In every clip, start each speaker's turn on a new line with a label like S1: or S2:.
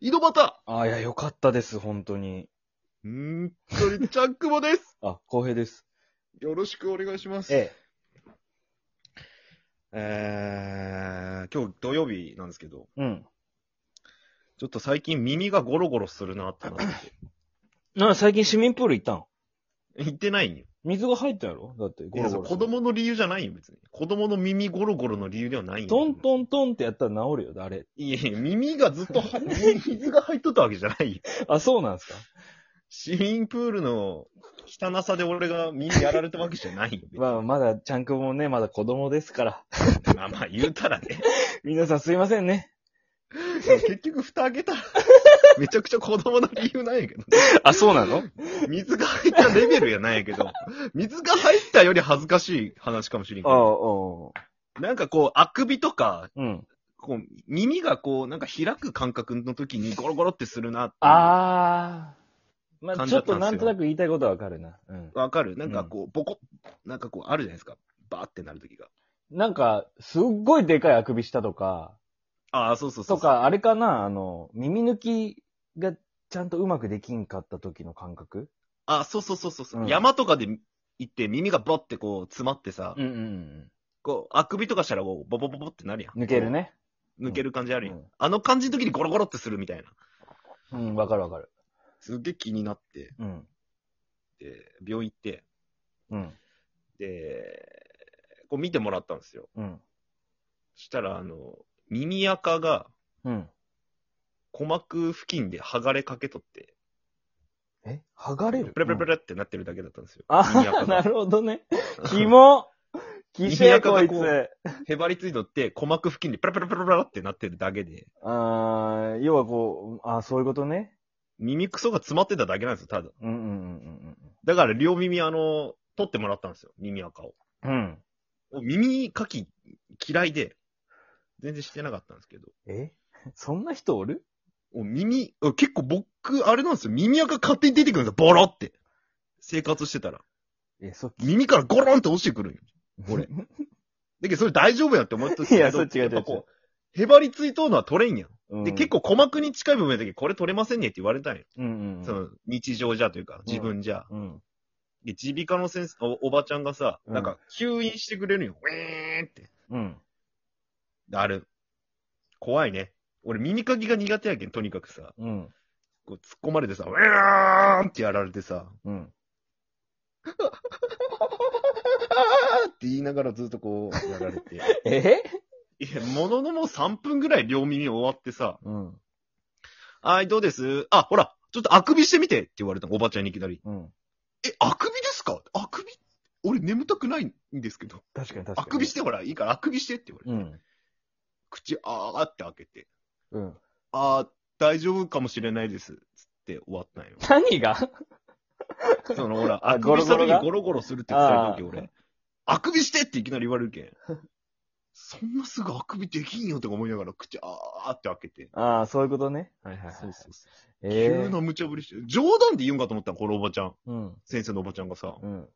S1: 井戸端
S2: あ、いや、よかったです、本当に。
S1: うーんとに、チャンクボです
S2: あ、公平です。
S1: よろしくお願いします。
S2: え
S1: えー、今日土曜日なんですけど、
S2: え。うん。
S1: ちょっと最近耳がゴロゴロするなってな って。
S2: な、最近市民プール行ったん
S1: 言ってないんよ。
S2: 水が入ったやろだって、
S1: い
S2: ゴ
S1: や
S2: ロ
S1: そ
S2: ゴ
S1: れ
S2: ロ。
S1: 子供の理由じゃないよ、別に。子供の耳ゴロゴロの理由ではないんよ。
S2: トントントンってやったら治るよ、誰。
S1: いやいや、耳がずっ とは、水が入っとったわけじゃないよ。
S2: あ、そうなんですか
S1: 市民プールの汚さで俺が耳やられた わけじゃないよ。別に
S2: まあ、まだ、ちゃんくんもね、まだ子供ですから。
S1: まあまあ言うたら ね。
S2: 皆さんすいませんね。
S1: 結局蓋開け たら、めちゃくちゃ子供の理由なんやけど。
S2: あ、そうなの
S1: 水が入ったレベルやないやけ ど、水が入ったより恥ずかしい話かもしれんけ
S2: ああ、
S1: ど。
S2: お
S1: なんかこう、あくびとか、
S2: ううん。
S1: こう、耳がこう、なんか開く感覚の時にゴロゴロってするなって。
S2: ああ。まあ、
S1: 感
S2: ち
S1: じ
S2: ょ
S1: だ
S2: っ
S1: った
S2: と
S1: んですよ
S2: なんとなく言いたいことはわかるな。うん。
S1: わかるなんかこう、ボコッ、なんかこう、あるじゃないですか。バーってなる時が。
S2: なんか、すっごいでかいあくびしたとか、
S1: ああ、そうそうそ
S2: と
S1: う。。
S2: か、あれかな、あの、耳抜きがちゃんとうまくできんかった時の感覚
S1: あ、そうそうそうそうそう、
S2: うん
S1: 山とかで行って耳がボッてこう、詰まってさ、
S2: んうん
S1: こう、あくびとかしたらこう、ボボボボってなるやん。
S2: 抜ける。ね。
S1: 抜ける感じあるやん。
S2: うん
S1: あの感じの時にゴロゴロってするみたいな。
S2: うん、わかるわかる。
S1: すっげえ気になって、
S2: うん。
S1: で、病院行って、
S2: うん。
S1: で、こう見てもらったんですよ。
S2: うん。
S1: そしたら、あの、耳垢が
S2: うん。
S1: 鼓膜付近で剥がれかけとって、
S2: え剥がれる
S1: プレプレプ
S2: うん
S1: レってなってるだけだったんですよ。耳
S2: あ、
S1: 垢
S2: な
S1: が。
S2: るほ どね。キモキシェ
S1: 耳垢
S2: こ
S1: が
S2: い
S1: こ
S2: つ
S1: う。へばりついとって、鼓膜付近でプレプレプレプレってなってるだけで、
S2: あー要はこう、あーそういうことね。
S1: 耳くそが詰まってただけなんですよ、ただ。
S2: うんうんうん
S1: だから両耳あの、取ってもらったんですよ、耳垢を。
S2: うんうん。うん。
S1: 耳かき嫌いで、全然してなかったんですけど。
S2: えそんな人おる
S1: お耳、お結構僕、あれなんですよ、耳垢勝手に出てくるんですよ、ボロって。生活してたら。
S2: え、そっき。
S1: 耳からゴロンって落ちてくるんよ。俺。だけどそれ大丈夫やって思ったんですけど
S2: いやそれ違う
S1: やっぱ
S2: 違う違う
S1: こう、へばりついとうのは取れんやん。
S2: うん
S1: で、結、構鼓膜に近い部分だけどこれ取れませんねって言われたんよ。
S2: うんうん。
S1: その、日常じゃというか、自分じゃ。
S2: うん。
S1: で、耳鼻科の先生、おおばちゃんがさ、
S2: うん
S1: なんか、吸引してくれるんよ。ウィーンって。
S2: うん。
S1: ある。怖いね。俺耳かきが苦手やけん、とにかくさ。
S2: うん。
S1: こう突っ込まれてさ、ウェーンってやられてさ、
S2: うん。
S1: あーって言いながらずっとこう、やられて。
S2: え
S1: いや、もののもう3分ぐらい両耳終わってさ、
S2: うん。
S1: はい、どうですあ、ほら、ちょっとあくびしてみてって言われたの、おばちゃんにいきなり。
S2: うん。
S1: え、あくびですかあくび俺眠たくないんですけど。
S2: 確かに確か
S1: あ
S2: に。
S1: くびしてほら、いいからあくびしてって言われて。
S2: うん。
S1: 口、あーって開けて。
S2: うん。
S1: あー、大丈夫かもしれないです。つって終わ ったんよ。
S2: 何が
S1: そのほら、
S2: あ
S1: あくびした
S2: ゴロゴ
S1: 時
S2: ロが
S1: にゴロゴロするって伝えた時
S2: あー
S1: 俺、あくびしてっていきなり言われる けん。そんなすぐあくびできんよとか思いながら口あーって開けて。
S2: ああ、そういうことね。はいはいはい。
S1: そうそうそう。
S2: ええ
S1: 急な無茶ぶりして。冗談で言うんかと思ったの、このおばちゃん。
S2: うん。
S1: 先生のおばちゃんがさ。
S2: うん。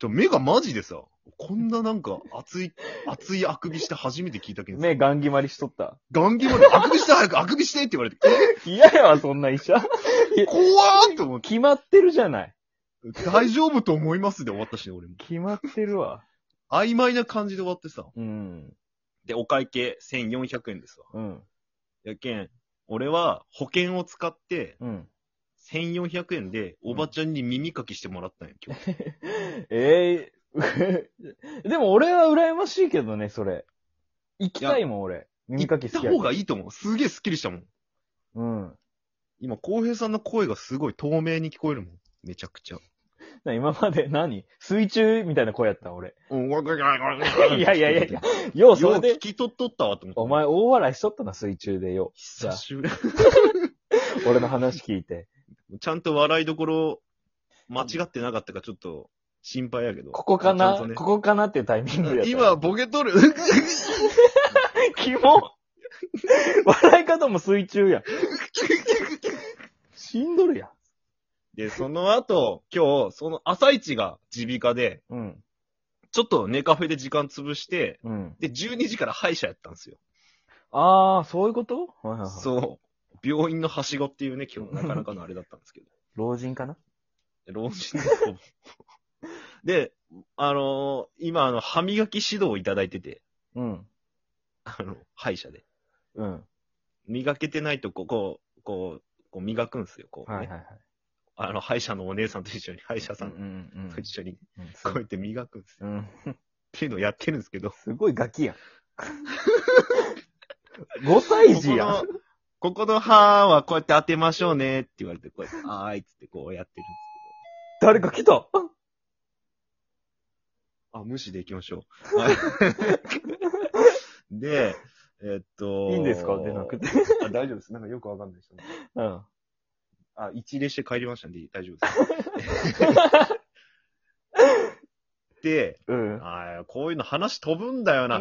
S1: ちょ目がマジでさ、こんななんか熱い、熱いあくびして初めて聞いたけどさ、
S2: 目ガン決まりしとった。
S1: ガンギまであくびして早くあくびしてって言われ て、
S2: 嫌やわ、そんな医者。
S1: え怖ーって思って、
S2: 決まってるじゃない。
S1: 大丈夫と思いますで終わったしね、俺も。
S2: 決まってるわ。
S1: 曖昧な感じで終わってさ。
S2: うん。
S1: で、お会計1400円ですわ。
S2: うん。
S1: やけん、俺は保険を使って、
S2: うん。
S1: 1400円でおばちゃんに耳かきしてもらったんよ、今日。
S2: ええでも俺は羨ましいけどね、それ。行きたいもん、俺。耳かき好
S1: 行っ
S2: きや
S1: た
S2: け
S1: 方
S2: ど
S1: がいいと思う。すげえスッキリしたもん。
S2: うん。
S1: 今、浩平さんの声がすごい透明に聞こえるもん。めちゃくちゃ。
S2: な今まで何水中 みたいな声やった、俺。
S1: うん、わか
S2: いやいやいやいや。よう、そ
S1: よう
S2: れ
S1: 聞
S2: で。
S1: き取っとったわと思って。
S2: お前、大笑いしとったな、水中でよ。
S1: 久しぶり。
S2: 俺の話聞いて。
S1: ちゃんと笑いどころ、間違ってなかったかちょっと心配やけど。
S2: ここ
S1: ち
S2: か
S1: ゃ
S2: な、
S1: んとね
S2: ここかなっていうタイミングやった。
S1: 今、ボケ取る。
S2: キモ笑い方も水中 やん。死んどるやん。
S1: で、その後、今日、その朝一が耳鼻科で、
S2: うん。
S1: ちょっと寝カフェで時間潰して、
S2: うん。
S1: で、12時から歯医者やったんですよ。
S2: あー、そういうことはいはいはい。
S1: そう。病院のはしごっていうね、今日なかなかのあれだったんですけど。
S2: 老人かな
S1: 老人の子で、あのー今、あの、歯磨き指導をいただいてて、
S2: うん。
S1: あの、歯医者で。
S2: うん。
S1: 磨けてないとこ、こう、こう、こう磨くんですよ、こう、ね
S2: はいはいはい。
S1: あの、歯医者のお姉さんと一緒に、歯医者さ
S2: うん
S1: ん
S2: うん
S1: と一緒に、
S2: うん。
S1: こうやって磨くんですよ。
S2: うん。
S1: っていうのをやってるんですけど、
S2: すごいガキやん。5歳児やん。
S1: ここの、ここの歯はこうやって当てましょうねって言われて、こうやって、あーいっつってこうやってるんです
S2: 誰か来た
S1: けど。あ、無視でいきましょう。はいで、えっと。
S2: いいんですか出なくて。
S1: あ大丈夫です。なんかよくわかんないです、ね。
S2: うん。
S1: あ、一礼して帰りましたんで、大丈夫です。で、
S2: うん。
S1: あーこういうの話飛ぶんだよな。あ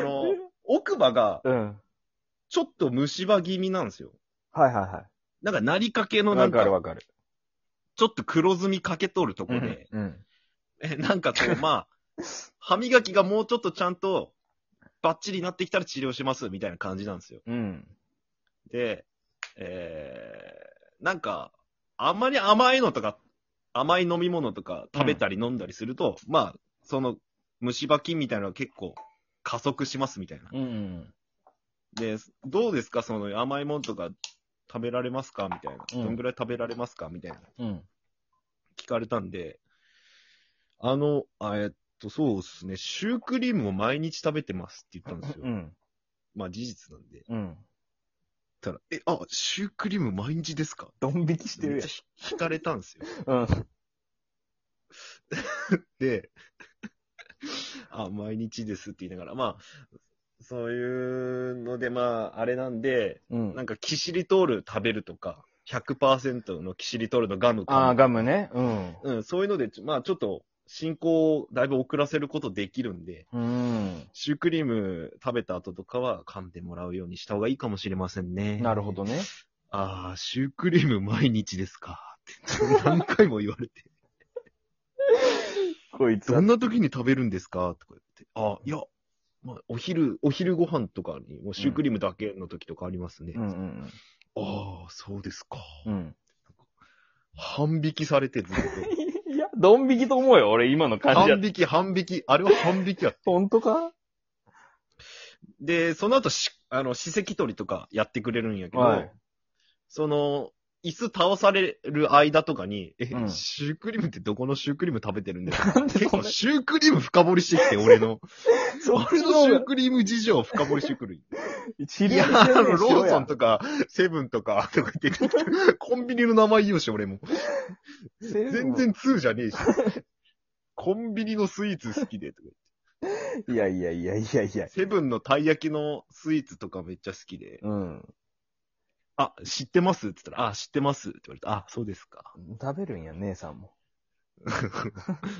S1: の、奥歯が
S2: うん。
S1: ちょっと虫歯気味なんですよ。
S2: はいはいは
S1: なんかなりかけ
S2: い。
S1: のな
S2: わ
S1: ん
S2: かる
S1: か、
S2: わかる。
S1: ちょっと黒ずみかけとるとこで、
S2: うん。
S1: え、なんかこう、まあ、歯磨きがもうちょっとちゃんと、バッチリなってきたら治療します、みたいな感じなんですよ。
S2: うん。
S1: で、えー、なんか、あんまり甘いのとか、甘い飲み物とか食べたり飲んだりすると、まあ、その、虫歯菌みたいなのが結構加速しますみたいな。
S2: うん。
S1: で、どうですかその甘いものとか食べられますかみたいな。
S2: うん
S1: どんぐらい食べられますかみたいな。
S2: うん。
S1: 聞かれたんで、あの、あえっと、そうですね、シュークリームを毎日食べてますって言ったんですよ。
S2: うん。
S1: まあ事実なんで。
S2: うん。
S1: たら、え、あ、シュークリーム毎日ですか
S2: ドン引きして
S1: めっ
S2: るや
S1: ちゃひ引かれたんですよ。
S2: ん。うん。
S1: で、 あ、毎日ですって言いながら、まあ、そういうので、まあ、あれなんで、
S2: うん
S1: なんかキシリトール食べるとか、100%のキシリトールのガムか。
S2: ああ、ガムね。うん。
S1: うん、そういうので、ちょまあちょっと、進行をだいぶ遅らせることできるんで、
S2: うん。
S1: シュークリーム食べた後とかは噛んでもらうようにした方がいいかもしれませんね。
S2: なるほどね。
S1: ああ、シュークリーム毎日ですか。って何回も言われ て。
S2: こいつ
S1: どんな時に食べるんですかとか言って。ああ、いや、まあ、お昼、お昼ご飯とかに、もうシュークリームだけの時とかありますね。
S2: うん
S1: あ
S2: うん
S1: あ、そうですか。
S2: うん。うん。
S1: 半引きされてずっと。
S2: いや、ドン引きと思うよ、俺今の 感じや
S1: 半。引き、半引き。あれは半引きや。
S2: 本当か
S1: で、その後し、あの、歯石取りとかやってくれるんやけど、
S2: はい
S1: その、椅子倒される間とかに、え、
S2: うん
S1: シュークリームってどこのシュークリーム食べてるん ですか
S2: なんで
S1: 結
S2: そん
S1: 構
S2: な、
S1: シュークリーム深掘りしてきて、俺の。
S2: そっ
S1: 俺
S2: ち
S1: のシュー
S2: の
S1: クリーム事情を深掘りしてくる。
S2: 治
S1: い
S2: 療
S1: や、あ
S2: してんね
S1: の、
S2: ん
S1: ローソン
S2: 塩
S1: とか、セブンとか、とか言って、コンビニの名前言うし、俺も。
S2: や
S1: 全。然通じゃねえし。コンビニのスイーツ好きで、とか
S2: いやいやいやいやいや。
S1: セブンのたい焼きのスイーツとかめっちゃ好きで、
S2: うん。
S1: あ、知ってますって言ったら、あ、知ってますって言われて、あ、そうです か。
S2: 食べるんや、姉さんも。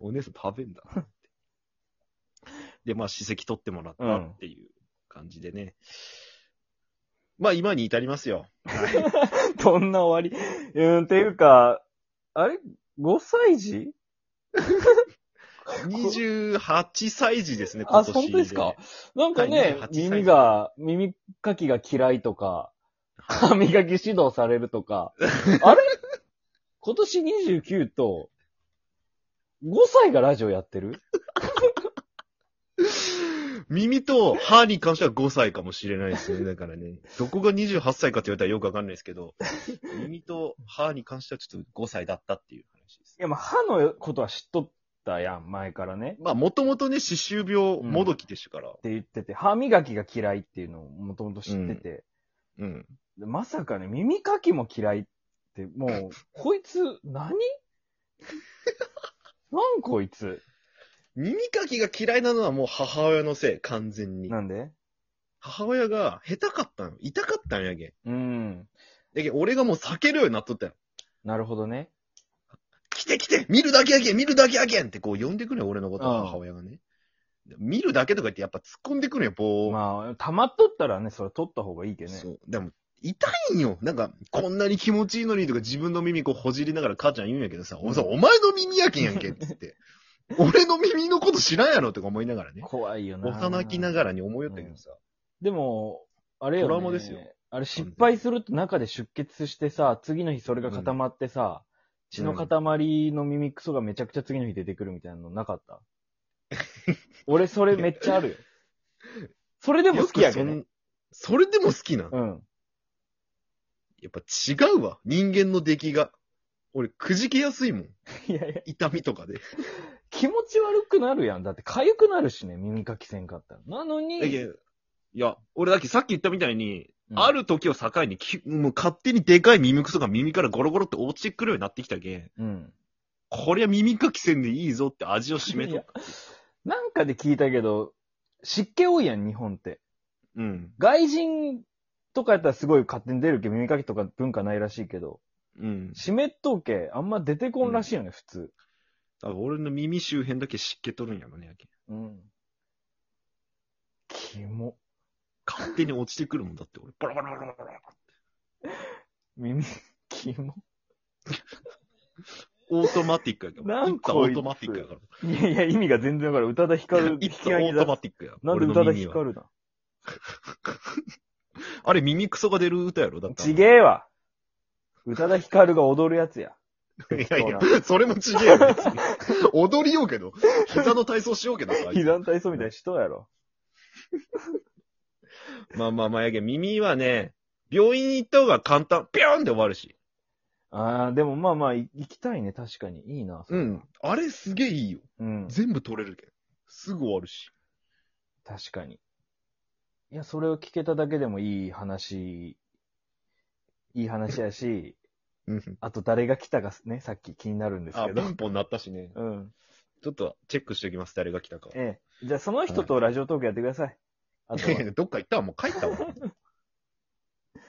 S1: お姉さん食べんだなって。で、まあ、史跡取ってもらったっていう感じでね。まあ、今に至りますよ。はい
S2: どんな終わりうん、ていうか、あれ ?5 歳 児
S1: 28歳児ですね、今
S2: あ、
S1: 年で。
S2: 本当ですかなんかね
S1: はい28、歳
S2: 耳が、耳かきが嫌いとか、歯磨き指導されるとか、あれ今年29と、5歳がラジオやってる
S1: 耳と歯に関しては5歳かもしれないですね。だからね。どこが28歳かって言われたらよくわかんないですけど、耳と歯に関してはちょっと5歳だったっていう話です。
S2: いや、まあ、歯のことは知っとったやん、前からね。
S1: まあ、もともとね、歯周病もどきでしたから。
S2: って言ってて、歯磨きが嫌いっていうのをもともと知ってて、
S1: うん。
S2: でまさかね、耳かきも嫌いって、もう、こいつ 何、なんこいつ
S1: 耳かきが嫌いなのはもう母親のせい、完全に
S2: な。んで
S1: 母親が下手かったの。痛かったんやけん。
S2: うん。
S1: やけん、俺がもう避けるようになっとったよ。
S2: なるほどね。
S1: 来て来て見るだけやけん見るだけやけんってこう呼んでくるよ、俺のこと、
S2: ああ
S1: 母親がね。で見るだけとか言ってやっぱ突っ込んでくるよ、棒を。
S2: まあ、溜まっとったらね、それ取った方がいいけどね。
S1: そう。でも、痛いんよ。なんか、こんなに気持ちいいのにとか自分の耳こうほじりながら母ちゃん言うんやけどさ、おさお前の耳やけんやんけんって言 って。俺の耳のこと知らんやろとか思いながらね。
S2: 怖いよな。
S1: 幼きながらに思いよったけどさ。
S2: でも、あれよ、ね。
S1: トラウマですよ。
S2: あれ失敗すると中で出血してさ、次の日それが固まってさ、血の塊の耳クソがめちゃくちゃ次の日出てくるみたいなのなかった 俺それめっちゃあるよ。それでも好きやけど、ね
S1: よ。くそんそれでも好きなん、
S2: うん。
S1: やっぱ違うわ。人間の出来が。俺、くじけやすいもん。
S2: いやいや、
S1: 痛みとかで。
S2: 気持ち悪くなるやん。だって痒くなるしね、耳かきせんかったら。なのに、
S1: いや、いや俺だっけさっき言ったみたいに、
S2: うん
S1: ある時を境にき、もう勝手にでかい耳くそが耳からゴロゴロって落ちてくるようになってきたけん、
S2: うん。
S1: こりゃ耳かきせんでいいぞって味を占め
S2: いや
S1: とく。
S2: なんかで聞いたけど、湿気多いやん、日本って。
S1: うん。
S2: 外人とかやったらすごい勝手に出るけど、耳かきとか文化ないらしいけど、
S1: うん。
S2: 湿っとうけ、あんま出てこんらしいよね、普通。
S1: だから俺の耳周辺だけ湿気取るんやろね、やけん
S2: うん。キモ。
S1: 勝手に落ちてくるもんだって、俺、バラバラバラバラ。
S2: 耳、 キモ。
S1: オートマティックやから。
S2: なん
S1: いつは
S2: こ
S1: オ
S2: いつ
S1: ートマティックやから。
S2: いやいや、意味が全然わからん。宇多田ヒカル、
S1: い
S2: 引
S1: つ
S2: き
S1: はオ
S2: 上
S1: ー
S2: げ
S1: ト
S2: だ
S1: マ。ティックや。
S2: なんで
S1: 俺
S2: 宇
S1: の
S2: 多田
S1: 耳
S2: ヒ
S1: は
S2: カルだ
S1: あれ、耳クソが出る歌やろだって。
S2: ちげえわ。宇多田ヒカルが踊るやつや。
S1: いやいや、それもちげえよ、 別に。踊りようけど。膝の体操しようけどさ。あいつ
S2: 膝の体操みたいな人やろ。
S1: まあまあまあ、やけん耳はね、病院に行った方が簡単。ピョーンって終わるし。
S2: ああ、でもまあまあ、い行きたいね、確かに。いいな、それ
S1: うん。あれすげえいいよ。
S2: うん。
S1: 全部取れるけん。すぐ終わるし。
S2: 確かに。いや、それを聞けただけでもいい話、いい話やし、
S1: うん。
S2: あと誰が来たかね、さっき気になるんです
S1: あ、
S2: けど
S1: ポ。ンポンなったしね。
S2: うん。
S1: ちょっとチェックしておきます、誰が来たか。
S2: ええ。じゃあその人とラジオトークやってください。あと は
S1: どっか行ったわ、もう帰ったわ。